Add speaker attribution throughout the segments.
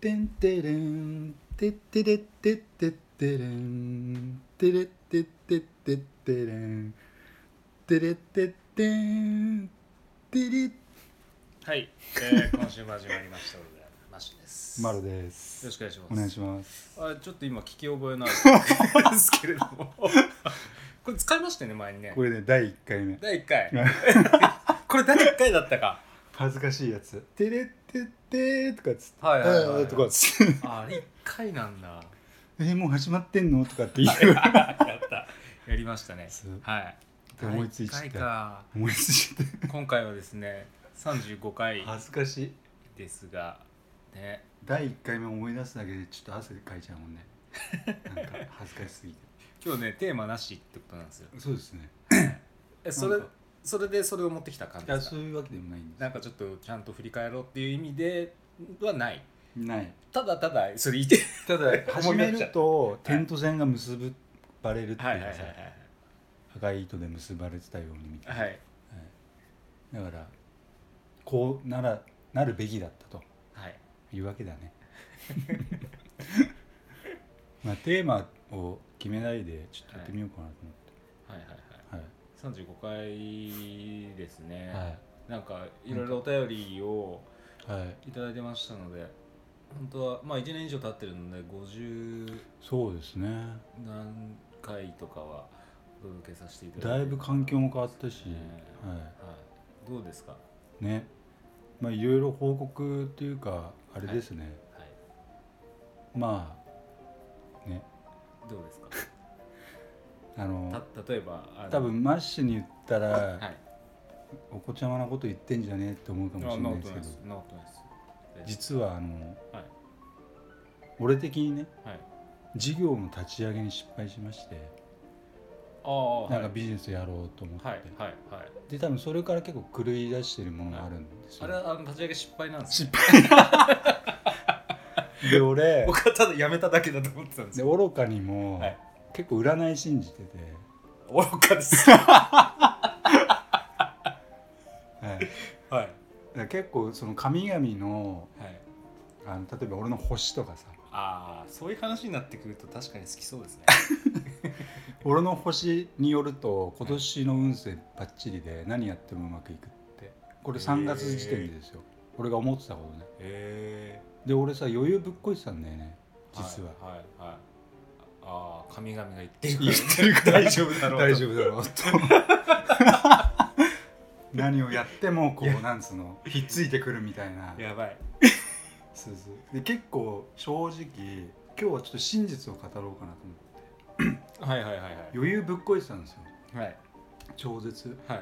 Speaker 1: てんてれんてってれってってってれんてれってってってってれんてれってってんてれ
Speaker 2: はい、えー、今週も始まりましたので、マシです。
Speaker 1: マロ
Speaker 2: よ
Speaker 1: で
Speaker 2: ろ
Speaker 1: す
Speaker 2: しくお願いします。
Speaker 1: お願いします
Speaker 2: あ、ちょっと今聞き覚え のあるんですけれ ども、これ使いましたよね前にね
Speaker 1: こ。れね第1回目
Speaker 2: 第一回。これ第一回だったか。
Speaker 1: 恥ずかしいやつ「てれってって」とかっつって「
Speaker 2: はいはいはい
Speaker 1: あーとかっつって
Speaker 2: あれ一回なんだ。
Speaker 1: 「えもう始まってんの?」とかって言う
Speaker 2: やった。やりましたね
Speaker 1: そう。
Speaker 2: はい。
Speaker 1: で思いついちゃった
Speaker 2: 第一回か。
Speaker 1: 思いついちゃっ
Speaker 2: 今回はですね、三十五回
Speaker 1: て恥ずかしい
Speaker 2: ですが、ね。
Speaker 1: 第1回目思い出すだけでちょっと汗かいちゃうもんねなんか恥ずかしすぎて
Speaker 2: 今日ねテーマなしってことなんですよ。
Speaker 1: そうですね
Speaker 2: え、そ
Speaker 1: な
Speaker 2: れ
Speaker 1: んか
Speaker 2: それでそれを持ってきた感じ
Speaker 1: い
Speaker 2: で
Speaker 1: や
Speaker 2: すか
Speaker 1: そう。いうわけでもないんで
Speaker 2: なんかちょっとちゃんと振り返ろうっていう意味ではない
Speaker 1: すない
Speaker 2: ただただそれ言って
Speaker 1: ただ始めると点と線が結ばれるっていうさ、
Speaker 2: はいはいはい
Speaker 1: 赤い糸で結ばれてたようにみたいな、
Speaker 2: はい
Speaker 1: はいだからこうならなるべきだったと
Speaker 2: はい
Speaker 1: いうわけだ ねまあテーマを決めないでちょっとやってみようかなと思
Speaker 2: はいはいはい
Speaker 1: って
Speaker 2: 35回ですね、
Speaker 1: はい、
Speaker 2: なんかいろいろお便りを
Speaker 1: はいはい、
Speaker 2: いただいてましたので本当はまあ1年以上経ってるので50
Speaker 1: そうですね
Speaker 2: 何回とかはお届けさせていただい
Speaker 1: だ
Speaker 2: て
Speaker 1: いぶ環境も変わったし、
Speaker 2: ね
Speaker 1: は、
Speaker 2: はい、どうですかはい
Speaker 1: ねまあいろいろ報告というかあれですね、
Speaker 2: い
Speaker 1: まあね
Speaker 2: どうですか
Speaker 1: あの
Speaker 2: た例えばあの
Speaker 1: 多分マッシュに言ったら、
Speaker 2: はい
Speaker 1: お子ちゃまなこと言ってんじゃねえって思うか
Speaker 2: あ
Speaker 1: も
Speaker 2: な
Speaker 1: し
Speaker 2: ん
Speaker 1: れな
Speaker 2: とないい
Speaker 1: ですけど
Speaker 2: ですなことないです
Speaker 1: 実はあの、
Speaker 2: はい
Speaker 1: 俺的にね
Speaker 2: はい
Speaker 1: 事業の立ち上げに失敗しまして
Speaker 2: ああはい
Speaker 1: なんかビジネスやろうと思って、
Speaker 2: はいはいはい
Speaker 1: で多分それから結構狂い出してるものがあるんです
Speaker 2: あ
Speaker 1: よ、
Speaker 2: れはあの立ち上げ失敗なんです
Speaker 1: 失敗で俺
Speaker 2: 僕はただやめただけだと思ってたんです
Speaker 1: で
Speaker 2: よ
Speaker 1: 愚かにも、
Speaker 2: はい
Speaker 1: 結構占い信じてて、
Speaker 2: 愚かです
Speaker 1: はい、だか
Speaker 2: はい
Speaker 1: ら結構その神々の
Speaker 2: はい
Speaker 1: あの例えば俺の星とかさ
Speaker 2: ああそういう話になってくると確かに好きそうですね
Speaker 1: 俺の星によると今年の運勢バッチリで何やってもうまくいくってこれ3月時点でですよ、俺が思ってたことね
Speaker 2: へえ
Speaker 1: で俺さ余裕ぶっこいてたんだよね実は、
Speaker 2: はいはいはいああ神々が言ってる
Speaker 1: 言ってるから
Speaker 2: 大丈夫だろう
Speaker 1: 大
Speaker 2: 夫
Speaker 1: 丈夫だろう と何をやってもこ
Speaker 2: いうや
Speaker 1: なんつうのひっついてくるみたいな
Speaker 2: やばい
Speaker 1: そうそうで結構正直今日はちょっと真実を語ろうかなと思って
Speaker 2: はいはいはいはい
Speaker 1: 余裕ぶっこいてたんですよ
Speaker 2: はい
Speaker 1: 超絶
Speaker 2: はい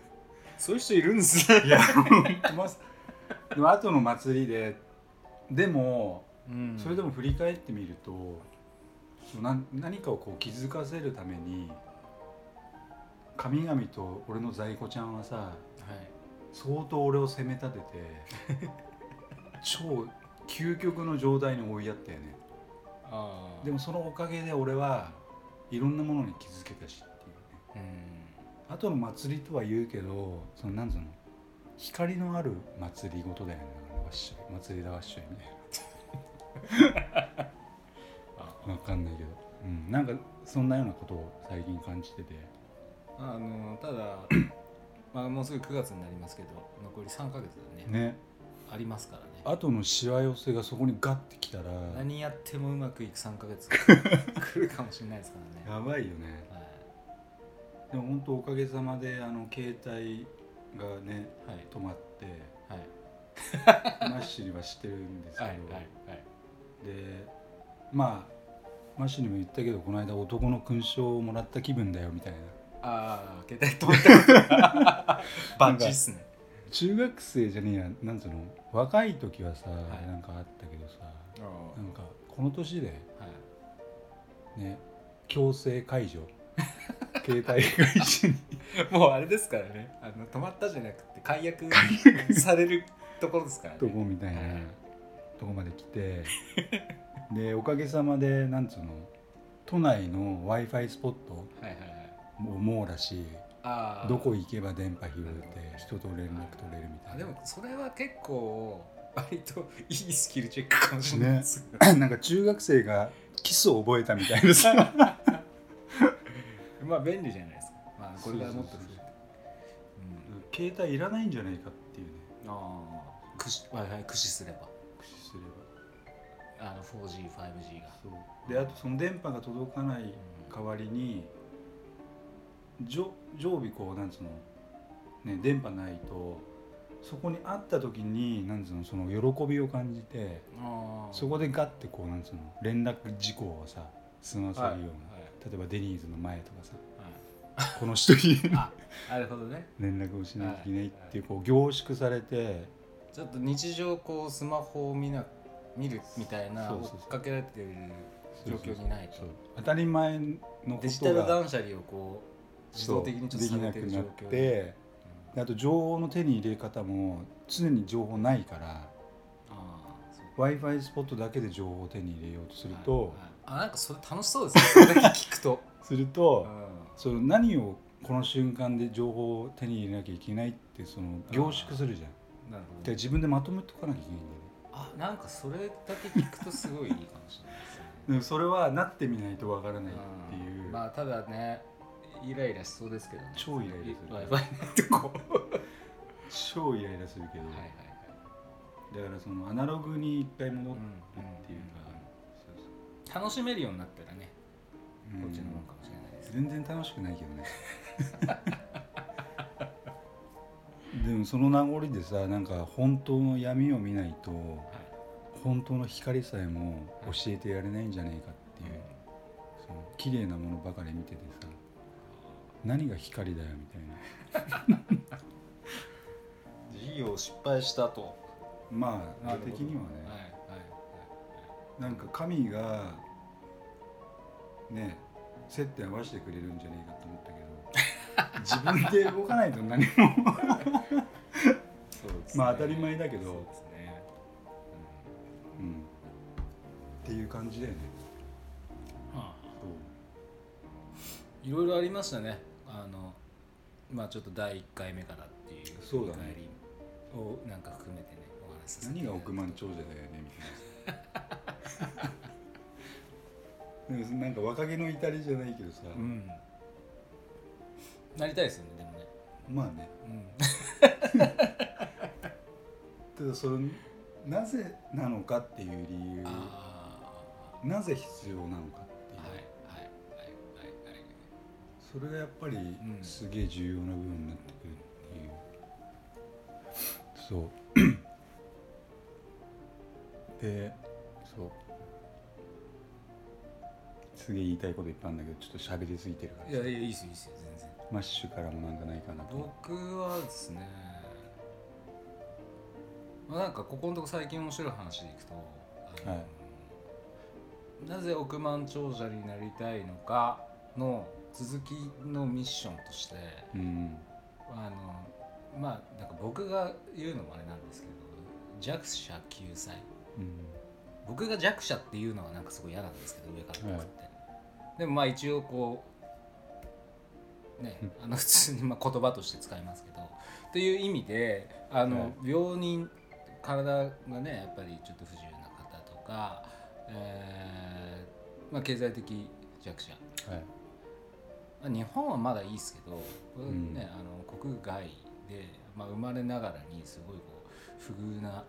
Speaker 2: そういう人いるんですね
Speaker 1: いや、ほんとまさでも後の祭りで、でも、
Speaker 2: うん
Speaker 1: それでも振り返ってみると、そのな何かをこう気づかせるために、神々と俺の在庫ちゃんはさ、
Speaker 2: はい
Speaker 1: 相当俺を責め立てて、超究極の状態に追いやったよね。
Speaker 2: ああ
Speaker 1: でもそのおかげで俺はいろんなものに気づけたしっていうね。
Speaker 2: うん
Speaker 1: 後の祭りとは言うけどそのなんつうの光のある祭りごとだよねだからわっしょい祭りだわっしょいみたい
Speaker 2: あ
Speaker 1: なわかんないけど、うん、なんかそんなようなことを最近感じてて
Speaker 2: あのただまあもうすぐ9月になりますけど残り3ヶ月だね
Speaker 1: ね
Speaker 2: ありますからね
Speaker 1: 後のしわ寄せがそこにガッてきたら
Speaker 2: 何やってもうまくいく3ヶ 月が来るかもしれないですからね、
Speaker 1: やばいよね
Speaker 2: は
Speaker 1: でも本当おかげさまであの携帯がね
Speaker 2: い
Speaker 1: 止まって
Speaker 2: はい
Speaker 1: マッシュにはしてるんですけ
Speaker 2: は
Speaker 1: ど、
Speaker 2: いはいはい
Speaker 1: でまあマッシュにも言ったけどこの間男の勲章をもらった気分だよみたいな
Speaker 2: ああ携帯止まって ますバッチリっすね
Speaker 1: 中学生じゃねえやなんつうの若い時はさ、
Speaker 2: い
Speaker 1: なんかあったけどさ
Speaker 2: あ
Speaker 1: な
Speaker 2: あ
Speaker 1: んかこの年で
Speaker 2: はい
Speaker 1: ね強制解 除携帯会社に
Speaker 2: もうあれですからねあの止まったじゃなくて解約されるところですから
Speaker 1: と
Speaker 2: ね
Speaker 1: こみたいな
Speaker 2: はい
Speaker 1: とこまで来てでおかげさまでなんつうの都内の w i f i スポット
Speaker 2: はいはいはい
Speaker 1: を網羅し
Speaker 2: ああ
Speaker 1: どこ行けば電波拾えて人と連絡取れるみたいな
Speaker 2: あでもそれは結構割といいスキルチェックかもしれないです、
Speaker 1: なんか中学生がキスを覚えたみたいな さ
Speaker 2: まあ便利じゃないですかまあこれがもっと
Speaker 1: そ
Speaker 2: 増えて
Speaker 1: うそうそう
Speaker 2: うん
Speaker 1: 携帯いらないんじゃないかっていうね
Speaker 2: ああ駆使 w i f i 駆使すれば
Speaker 1: 駆使すれば
Speaker 2: あの 4G5G が、
Speaker 1: そうであとその電波が届かない代わりにじょ常備こうなんつうのね電波ないとそこにあった時になんつうのその喜びを感じて
Speaker 2: ああ
Speaker 1: そこでガッてこうなんつうの連絡事項をさ済ませるような、
Speaker 2: はい
Speaker 1: 例えばデニーズの前とかさ
Speaker 2: はい
Speaker 1: この人に
Speaker 2: あなるほどね
Speaker 1: 連絡をしなきゃいけないっていうこう凝縮されて
Speaker 2: ちょっと日常こうスマホを見な見るみたいな
Speaker 1: そう
Speaker 2: 追
Speaker 1: そうそう
Speaker 2: っかけられてる状況にないと
Speaker 1: そう当たり前のこ
Speaker 2: デジタ
Speaker 1: と
Speaker 2: ル
Speaker 1: が
Speaker 2: 断捨離をこう自
Speaker 1: そ
Speaker 2: 動
Speaker 1: う
Speaker 2: 的にちょっ
Speaker 1: で
Speaker 2: と
Speaker 1: き
Speaker 2: さ
Speaker 1: な
Speaker 2: れ
Speaker 1: く
Speaker 2: てる状
Speaker 1: なっ
Speaker 2: 況で
Speaker 1: てであと情報の手に入れ方も常に情報ないから
Speaker 2: ああそう
Speaker 1: w i f i スポットだけで情報を手に入れようとすると、
Speaker 2: はいはいあなんかそれ楽しそうですねそれだけ聞くと、
Speaker 1: する
Speaker 2: う
Speaker 1: と、
Speaker 2: ん
Speaker 1: その何をこの瞬間で情報を手に入れなきゃいけないってその凝縮するじゃん、
Speaker 2: なるほ
Speaker 1: で
Speaker 2: ど
Speaker 1: 自分でまとめておかなきゃいけないんだよね
Speaker 2: あなんかそれだけ聞くとすごいいいかもしれないですね
Speaker 1: でもそれはなってみないとわからないって
Speaker 2: う
Speaker 1: い
Speaker 2: ん
Speaker 1: う、
Speaker 2: まあただねイライラしそうですけどね
Speaker 1: 超イライラする
Speaker 2: Wi-Fi ないとこ
Speaker 1: 超イライラするけど、
Speaker 2: はいはい
Speaker 1: だからそのアナログに一回戻
Speaker 2: はい
Speaker 1: るっていうか、そうそう
Speaker 2: 楽しめるようになったらね
Speaker 1: うん
Speaker 2: こっちのもんかもしれないですね
Speaker 1: 全然楽しくないけどね でもその名残でさなんか本当の闇を見ないと本当の光さえも教えてやれないんじゃないかっていうその綺麗なものばかり見ててさ何が光だよみたいな
Speaker 2: 事業失敗したと
Speaker 1: まあ俺的にはね、
Speaker 2: はいはい
Speaker 1: なんか神がね接点合わせてくれるんじゃねえかと思ったけど自分で動かないと何も
Speaker 2: そうです
Speaker 1: ねまあ当たり前だけど
Speaker 2: そうですね
Speaker 1: うんっていう感じだよね
Speaker 2: うんまあいろいろありましたねあのまあちょっと第1回目からっていう
Speaker 1: そうだね
Speaker 2: 振り返りをなんか含めてねお話しさせてい
Speaker 1: 何が
Speaker 2: ただい
Speaker 1: 億
Speaker 2: て
Speaker 1: 万長者だよねみたいなでもなんか若気の至りじゃないけどさ、
Speaker 2: うんなりたいですよねでも
Speaker 1: ま
Speaker 2: ね
Speaker 1: あねただそれなぜなのかっていう理
Speaker 2: う
Speaker 1: 由
Speaker 2: んあ
Speaker 1: なぜ必要なのかってい
Speaker 2: あ
Speaker 1: う、
Speaker 2: はいはいはいはいはい
Speaker 1: それがやっぱり
Speaker 2: ん
Speaker 1: すげえ重要な部分になってくるっていう、そう でそうすげえ言いたいこといっぱいあるんだけどちょっと喋りすぎてるから
Speaker 2: いやいやいいっすよいいっすよ全然
Speaker 1: マッシュからもなんかないかなと思って
Speaker 2: 僕はですねまあなんかここのとこ最近面白い話でいくとあの
Speaker 1: はい
Speaker 2: なぜ億万長者になりたいのかの続きのミッションとして
Speaker 1: うん
Speaker 2: あのまあなんか僕が言うのもあれなんですけど弱者救済
Speaker 1: うん
Speaker 2: 僕が弱者っていうのはなんかすごい嫌なんですけど上から僕って、でもまあ一応こう ね
Speaker 1: うん
Speaker 2: あの普通にまあ言葉として使いますけどという意味であの、
Speaker 1: はい
Speaker 2: 病人体がねやっぱりちょっと不自由な方とか、えーまあ、経済的弱者
Speaker 1: はい
Speaker 2: まあ日本はまだいいですけど、
Speaker 1: ん
Speaker 2: ね、あの国外で、まあ、生まれながらにすごいこう不遇な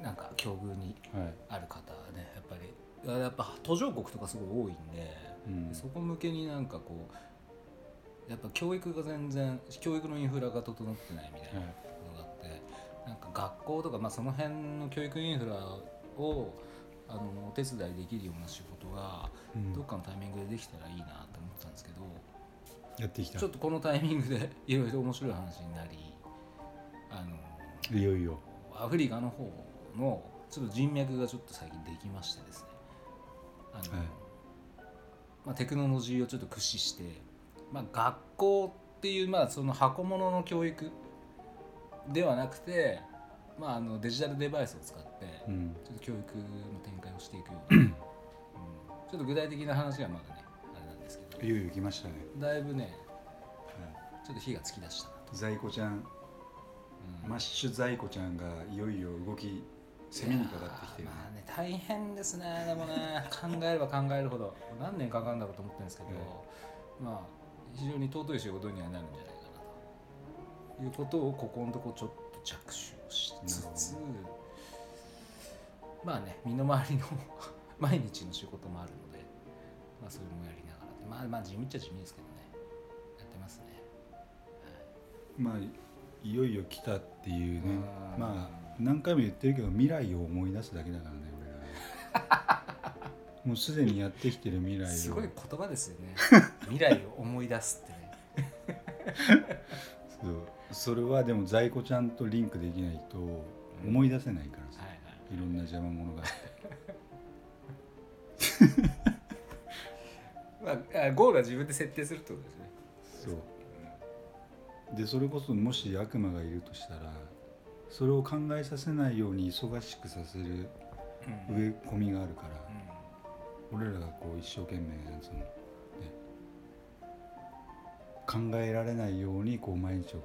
Speaker 2: なんか境遇に
Speaker 1: はい
Speaker 2: ある方はねやっぱりやっぱ途上国とかすごい多いんで、
Speaker 1: うん
Speaker 2: そこ向けになんかこうやっぱ教育が全然教育のインフラが整ってないみたいな
Speaker 1: はい
Speaker 2: ところがあってなんか学校とか、まあ、その辺の教育インフラをあのお手伝いできるような仕事が
Speaker 1: うん
Speaker 2: どっかのタイミングでできたらいいなと思ってたんですけど、
Speaker 1: やってきた
Speaker 2: ちょっとこのタイミングで いろいろ面白い話になりあの
Speaker 1: いよいよ
Speaker 2: アフリカの方のちょっと人脈がちょっと最近できましてですねあの、
Speaker 1: はい
Speaker 2: まあ、テクノロジーをちょっと駆使して、まあ、学校っていう、まあ、その箱物の教育ではなくて、まあ、あのデジタルデバイスを使って、
Speaker 1: うん
Speaker 2: ちょっと教育の展開をしていくような、うん、ちょっと具体的な話はまだねあれなんですけ
Speaker 1: いよいよ来ましたね、
Speaker 2: どだいぶね
Speaker 1: は
Speaker 2: ちょっと火がつきだしたなと、
Speaker 1: い、在庫ちゃん
Speaker 2: うんうん
Speaker 1: マッシュ在庫ちゃんがいよいよ動き攻めにかかってきてるね
Speaker 2: いやーまあね大変ですねでもね 考えれば考えるほど何年かかるんだろうと思ってるんですけど、まあ非常に尊い仕事にはなるんじゃないかなということをここのとこちょっと着手をしつつ
Speaker 1: な
Speaker 2: まあね身の回りの 毎日の仕事もあるので、まあ、そういうのもやりながらでまあまあ地味っちゃ地味ですけどねやってますね。
Speaker 1: まあいよいよ来たっていうね
Speaker 2: うん
Speaker 1: まあ何回も言ってるけど未来を思い出すだけだからね俺らは もうすでにやってきてる未来を
Speaker 2: すごい言葉ですよ ね未来を思い出すってね
Speaker 1: そうそれはでも在庫ちゃんとリンクできないと思い出せないからさ、
Speaker 2: はいはい
Speaker 1: いろんな邪魔者があって
Speaker 2: まあ、あゴールは自分で設定するってことですね。
Speaker 1: そうでそれこそもし悪魔がいるとしたらそれを考えさせないように忙しくさせる
Speaker 2: うん
Speaker 1: 植え込みがあるから
Speaker 2: う、ん
Speaker 1: 俺らがこう一生懸命その、ね、考えられないようにこう毎日をこ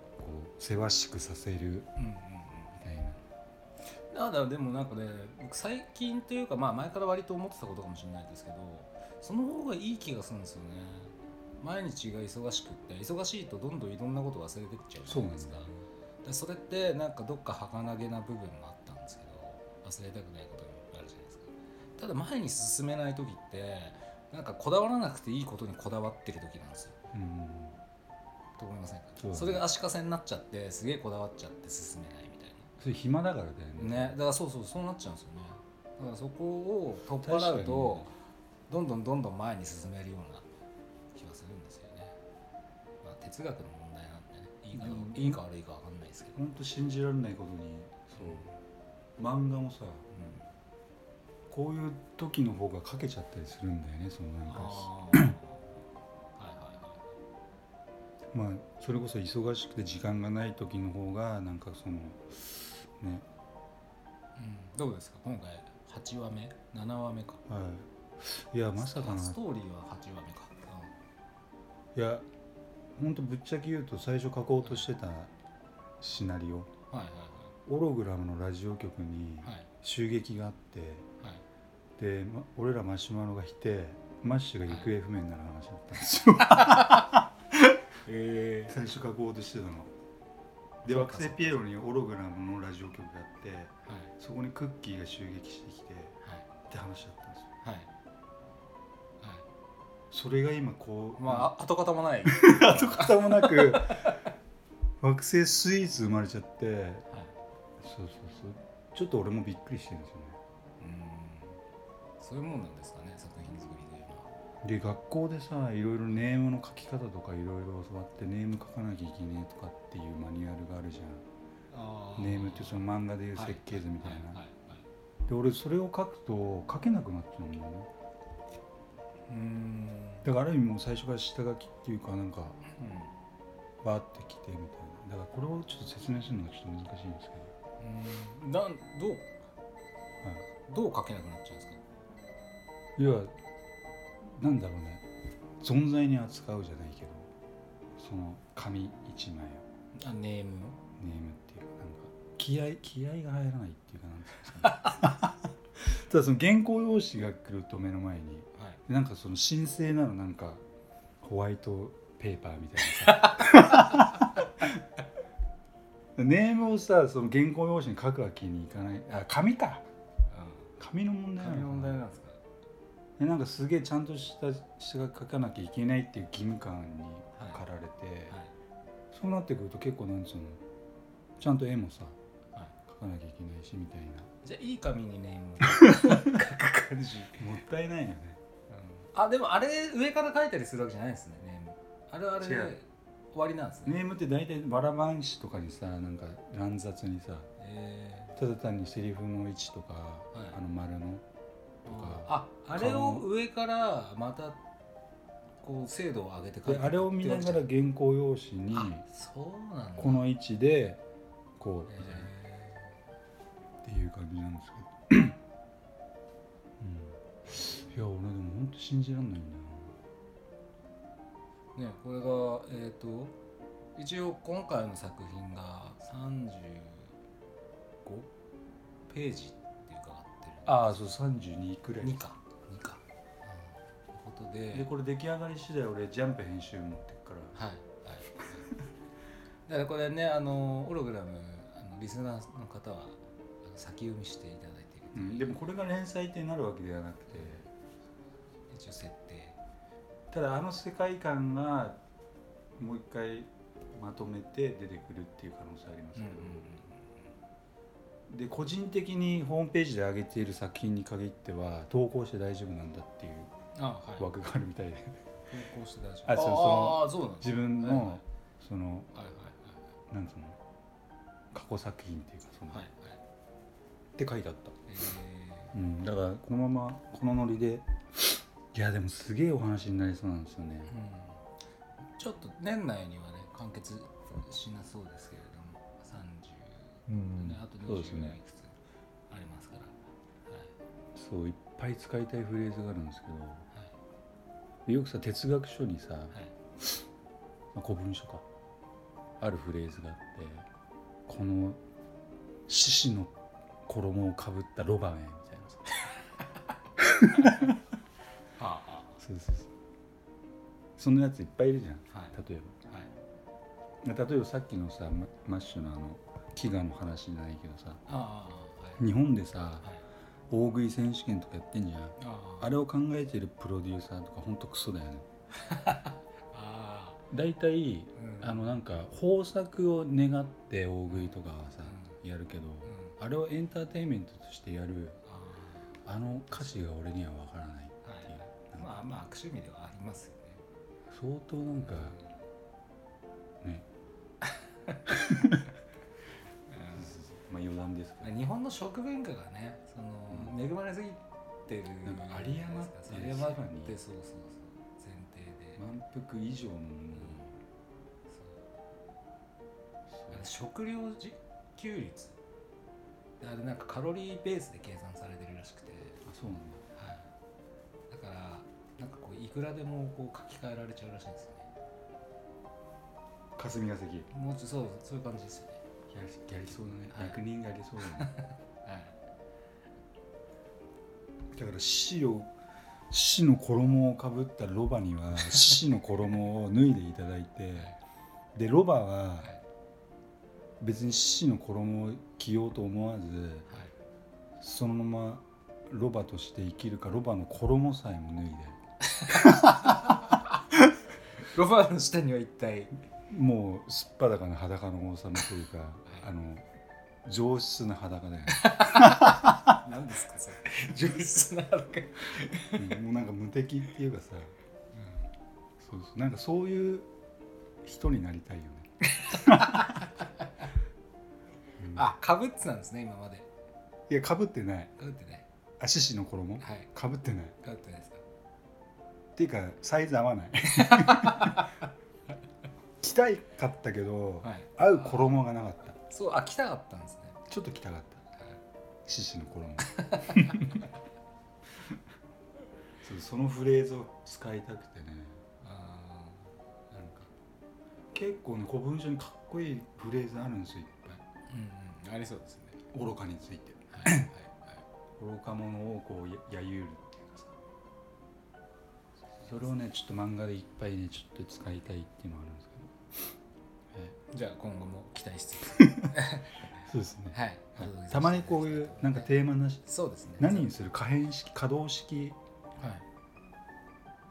Speaker 1: うせわしくさせる
Speaker 2: うんうん
Speaker 1: みたいな
Speaker 2: うんだからでもなんかね僕最近というかまあ前から割と思ってたことかもしれないですけどその方がいい気がするんですよね毎日が忙しくって忙しいとどんどんいろんなこと忘れてっちゃうじゃないですか
Speaker 1: よね
Speaker 2: でそれってなんかどっか儚げな部分もあったんですけど忘れたくないこともいっぱいあるじゃないですかただ前に進めない時ってなんかこだわらなくていいことにこだわってる時なんですよ
Speaker 1: うん
Speaker 2: と思いませんか
Speaker 1: そ
Speaker 2: そう
Speaker 1: だね
Speaker 2: れが足かせになっちゃってすげえこだわっちゃって進めないみたい
Speaker 1: それ暇だからだよね
Speaker 2: なねだからそうそうそうなっちゃうんですよねだからそこを取っ払う
Speaker 1: 確かに
Speaker 2: とどんどんどんどん前に進めるような気がするんですよねまあ哲学の問題なんでねいいかどう
Speaker 1: うん
Speaker 2: いいか悪いか分かんないですけど、
Speaker 1: ほんと信じられないことにそう漫画もさ
Speaker 2: うん
Speaker 1: こういう時の方が書けちゃったりするんだよねそのなんか
Speaker 2: あ ーはいはいは
Speaker 1: まあそれこそ忙しくて時間がない時の方がなんかそのね
Speaker 2: い、うん、どうですか今回8話目7話目か
Speaker 1: はいいやまさかな
Speaker 2: ストーリーは8話目か、
Speaker 1: いやほんとぶっちゃけ言うと最初書こうとしてたシナリオ
Speaker 2: うん、はい
Speaker 1: オログラムのラジオ局に
Speaker 2: はいはいはい
Speaker 1: 襲撃があって
Speaker 2: は
Speaker 1: で、
Speaker 2: い
Speaker 1: ま俺らマシュマロがいてマッシュが行方不明になる話だったんですよ
Speaker 2: え
Speaker 1: 最初書こうとしてたので
Speaker 2: そう
Speaker 1: 惑
Speaker 2: か
Speaker 1: 星ピエロにオログラムのラジオ局があって
Speaker 2: は
Speaker 1: そこにクッキーが襲撃してきてっ
Speaker 2: いはい
Speaker 1: て話だったんですよ
Speaker 2: はい。はい。
Speaker 1: それが今こう
Speaker 2: まあ、あ跡形もない。はい。
Speaker 1: あ跡形もなく惑星スイーツ生まれちゃってそうそうそうちょっと俺もびっくりしてるんですよね
Speaker 2: うん。そういうもんなんですかね、作品作りというのは。
Speaker 1: で学校でさいろいろネームの書き方とかいろいろ教わってネーム書かなきゃいけねえとかっていうマニュアルがあるじゃ
Speaker 2: あ
Speaker 1: んネームってその漫画でいう
Speaker 2: はい
Speaker 1: 設計図みたい
Speaker 2: はいは
Speaker 1: ないで俺それを書くと書けなくなっちゃうんだよね
Speaker 2: うーん。
Speaker 1: だからある意味もう最初から下書きっていうかなんか
Speaker 2: うん
Speaker 1: バーってきてみたいなだからこれをちょっと説明するのがちょっと難しいんですけど
Speaker 2: うん。なん、どう。どう書けなくなっちゃうんですか。
Speaker 1: 要はなんだろうね存在に扱うじゃないけどその紙一枚を
Speaker 2: あ、ネーム。
Speaker 1: ネームっていうかなんか気合気合が入らないっていうかなんていうんですか ねただその原稿用紙が来ると目の前に
Speaker 2: はい。
Speaker 1: でなんかその神聖なのなんかホワイトペーパーみたいなさ ネームをさその原稿用紙に書くわけにいかないあ紙か紙の問題なのかな
Speaker 2: なんですか。
Speaker 1: でなんかすげえちゃんとした詩が書かなきゃいけないっていう義務感に
Speaker 2: はい
Speaker 1: 駆られて、
Speaker 2: はい。
Speaker 1: そうなってくると結構なんつうのちゃんと絵もさ、
Speaker 2: はい
Speaker 1: 書かなきゃいけないしみたいな
Speaker 2: じゃあ、いい紙にネームを書く感じ。
Speaker 1: もったいないよね
Speaker 2: あ、でも、あれ、上から書いたりするわけじゃないですね、ネーム。あれはあれで
Speaker 1: 違う
Speaker 2: 終わりなんですね。
Speaker 1: ネームって大体わらばんしとかにさなんか乱雑にさ
Speaker 2: えー
Speaker 1: ただ単にセリフの位置とか、
Speaker 2: い
Speaker 1: あの丸のとか
Speaker 2: ああれを上からまたこう精度を上げて書い
Speaker 1: で
Speaker 2: て
Speaker 1: あれを見ながら
Speaker 2: あ
Speaker 1: 原稿用紙に
Speaker 2: そうなんだ
Speaker 1: この位置でこうみたいな
Speaker 2: え
Speaker 1: っていう感じなんですけど、うん、いや俺でも本当信じらんないんだよ
Speaker 2: ーねこれがえっ、と一応今回の作品が35ページって伺ってる
Speaker 1: ああそう32くらい
Speaker 2: 2か2か、うん、ということで
Speaker 1: でこれ出来上がり次第俺ジャンプ編集持ってくから
Speaker 2: はいはいだからこれねあのオログラムあのリスナーの方はあの先読みしていただいている
Speaker 1: う
Speaker 2: というん
Speaker 1: でもこれが連載ってなるわけではなくて
Speaker 2: 一応設定
Speaker 1: ただあの世界観がもう一回まとめて出てくるっていう可能性ありますけど、で個人的にホームページで上げている作品に限っては投稿して大丈夫なんだっていう
Speaker 2: あはい投
Speaker 1: 枠があるみたいで
Speaker 2: 稿して大丈
Speaker 1: あそう
Speaker 2: 夫あそうなんだ
Speaker 1: 自分
Speaker 2: はいはい
Speaker 1: のその
Speaker 2: はい
Speaker 1: なんつうの過去作品っていうかその、
Speaker 2: はいはいはい
Speaker 1: っ
Speaker 2: はい
Speaker 1: て書いてあった、
Speaker 2: え
Speaker 1: うん、だからこのままこのノリでいやでもすげえお話になりそうなんですよね
Speaker 2: ーうんちょっと年内にはね完結しなそうですけれども30、
Speaker 1: うん
Speaker 2: ね、あと
Speaker 1: そう
Speaker 2: 20
Speaker 1: ですね
Speaker 2: いくつありますからはい
Speaker 1: そういっぱい使いたいフレーズがあるんですけ
Speaker 2: はい
Speaker 1: どよくさ哲学書にさ、
Speaker 2: はい
Speaker 1: まあ、古文書かあるフレーズがあってこの獅子の衣をかぶったロバメみたいなさ
Speaker 2: は
Speaker 1: そうそうそうそのやついっぱいいるじゃん
Speaker 2: あはい
Speaker 1: 例え
Speaker 2: はい
Speaker 1: ば例えばさっきのさママッシュのあの飢餓の話じゃないけどさ
Speaker 2: ああはい
Speaker 1: 日本でさ
Speaker 2: はい
Speaker 1: 大食い選手権とかやってんじゃん
Speaker 2: ああ
Speaker 1: あれを考えてるプロデューサーとかほんとクソだよね
Speaker 2: あ
Speaker 1: 大体
Speaker 2: あうん
Speaker 1: あのなんか豊作を願って大食いとかはさやるけど
Speaker 2: うん
Speaker 1: あれをエンターテインメントとしてやる
Speaker 2: あ
Speaker 1: あの歌詞が俺には分からない
Speaker 2: あは
Speaker 1: っ
Speaker 2: い
Speaker 1: ていうなんか
Speaker 2: まあまあ悪趣味ではありますよね
Speaker 1: 相当なんかねまあ余談ですけ
Speaker 2: う
Speaker 1: ど
Speaker 2: ん日本の食文化がねその、
Speaker 1: うん
Speaker 2: 恵まれすぎてる
Speaker 1: なんか有り余ってる
Speaker 2: 有り余って
Speaker 1: さらに
Speaker 2: そうそうそう前提で、
Speaker 1: 満腹以上のもの
Speaker 2: うんそう
Speaker 1: そう
Speaker 2: あれ食料自給率あれなんかカロリーベースで計算されてるらしくて、
Speaker 1: あそうなんだ
Speaker 2: はい、だからなんかこういくらでもこう書き換えられちゃうらしいんですよね
Speaker 1: 霞が関や
Speaker 2: もうちょっとそうそういう感じですよね
Speaker 1: りやりそうだ
Speaker 2: は
Speaker 1: ね
Speaker 2: い
Speaker 1: 役人がやりそうだね
Speaker 2: はい
Speaker 1: だから獅子を獅子の衣をかぶったロバに は獅子の衣を脱いでいただいてでロバは
Speaker 2: はい
Speaker 1: 別に獅子の衣を着ようと思わず
Speaker 2: はい
Speaker 1: そのままロバとして生きるかロバの衣さえも脱いで
Speaker 2: ロバーの下には一体
Speaker 1: もうすっぱだかな裸の王様というか、あの上質な裸だよね、
Speaker 2: 何ですかそれ 上質なのか、
Speaker 1: うんもうなんか無敵っていうかさそうそうなんかそういう人になりたいよね、うん
Speaker 2: あかぶってたんですね今まで
Speaker 1: いやかぶってない
Speaker 2: かぶってない
Speaker 1: あ獅子の衣
Speaker 2: はい
Speaker 1: かぶってないっ
Speaker 2: かぶってないですか
Speaker 1: ていうかサイズ合わ ない着たいかったけど、
Speaker 2: はい
Speaker 1: 合う衣がなかった
Speaker 2: そうあ来たかったんですね、
Speaker 1: ちょっと着たかった獅子の 衣そうそのフレーズを使いたくてね
Speaker 2: あ
Speaker 1: なんか結構ね古文書にかっこいいフレーズあるんですよいっぱ
Speaker 2: ーうんうんありそうですね
Speaker 1: い愚かについて
Speaker 2: はいはい
Speaker 1: 愚か者をこうや揶揄るっていうかさそれをねちょっと漫画でいっぱいねちょっと使いたいっていうのがあるんですけど、
Speaker 2: じゃあ今後も期待しつつ
Speaker 1: そうですね、
Speaker 2: はい
Speaker 1: たまにこういうなんかテーマなし
Speaker 2: そうですね
Speaker 1: 何にする可変式可動式
Speaker 2: はい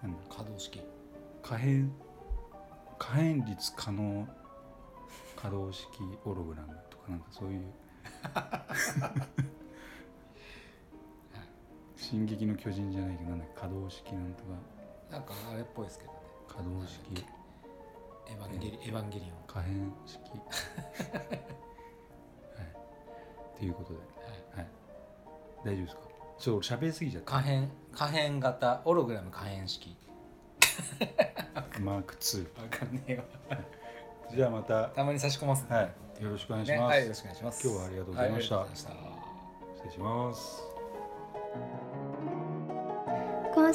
Speaker 1: なんだ
Speaker 2: 可動式
Speaker 1: 可変可変率可能可動式オログラムとかなんかそういう 進撃の巨人じゃないけどなんだっけ可動式なんと
Speaker 2: なんかあれっぽいですけどね
Speaker 1: か可動式
Speaker 2: エヴァンゲリ、エヴァンゲリオン
Speaker 1: 可変式はいっていうことで
Speaker 2: は
Speaker 1: は
Speaker 2: い
Speaker 1: い大丈夫ですかちょっと俺喋りすぎちゃった
Speaker 2: 可変可変型オログラム可変式
Speaker 1: マーク2
Speaker 2: わかんねえわ
Speaker 1: じゃあまたは
Speaker 2: たまに差し込ますね
Speaker 1: いよろしくお願いし
Speaker 2: ね
Speaker 1: ま
Speaker 2: はい、
Speaker 1: す、
Speaker 2: よろしくお願いします。
Speaker 1: 今日はありがとうございました
Speaker 2: はありがとうございました
Speaker 1: 失礼しま